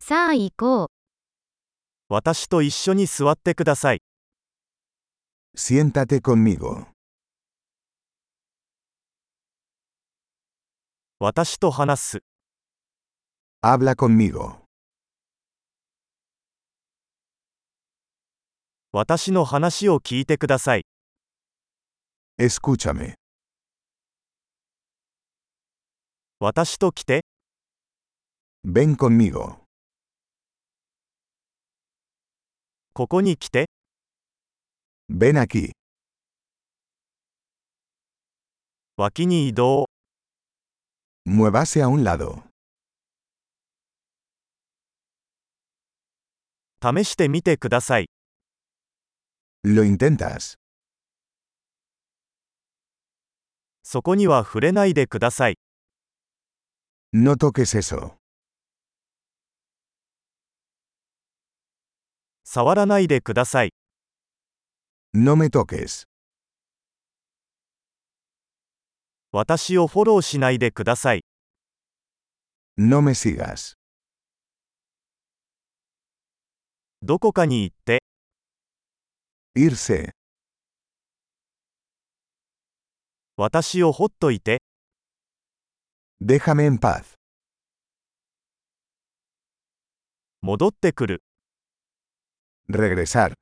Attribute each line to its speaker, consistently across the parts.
Speaker 1: さあ行こう。
Speaker 2: 私と一緒に座ってください。
Speaker 3: Siéntate conmigo.
Speaker 2: 私と話す。
Speaker 3: Habla conmigo.
Speaker 2: 私の話を聞いてください。
Speaker 3: Escúchame.
Speaker 2: 私と来て、
Speaker 3: Ven conmigo.
Speaker 2: ここに来て、
Speaker 3: Ven aquí.
Speaker 2: 脇に移動、
Speaker 3: Muévase a un lado.
Speaker 2: 試してみてください。
Speaker 3: Lo intentas.
Speaker 2: そこには触れないでください。
Speaker 3: No toques eso.
Speaker 2: 触らないでください。
Speaker 3: No me toques.
Speaker 2: 私をフォローしないでください。
Speaker 3: No me sigas.
Speaker 2: どこかに行って、
Speaker 3: Irse.
Speaker 2: 私をほっといて、
Speaker 3: Déjame en paz.
Speaker 2: 戻ってくる。
Speaker 3: Regresar.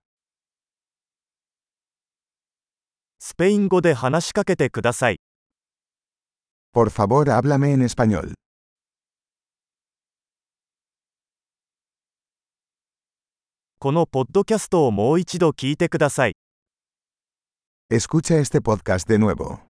Speaker 2: スペイン語で話しかけてください。
Speaker 3: Por favor, háblame en español.
Speaker 2: このポッドキャストをもう一度聞いてください。
Speaker 3: Escucha este podcast de nuevo.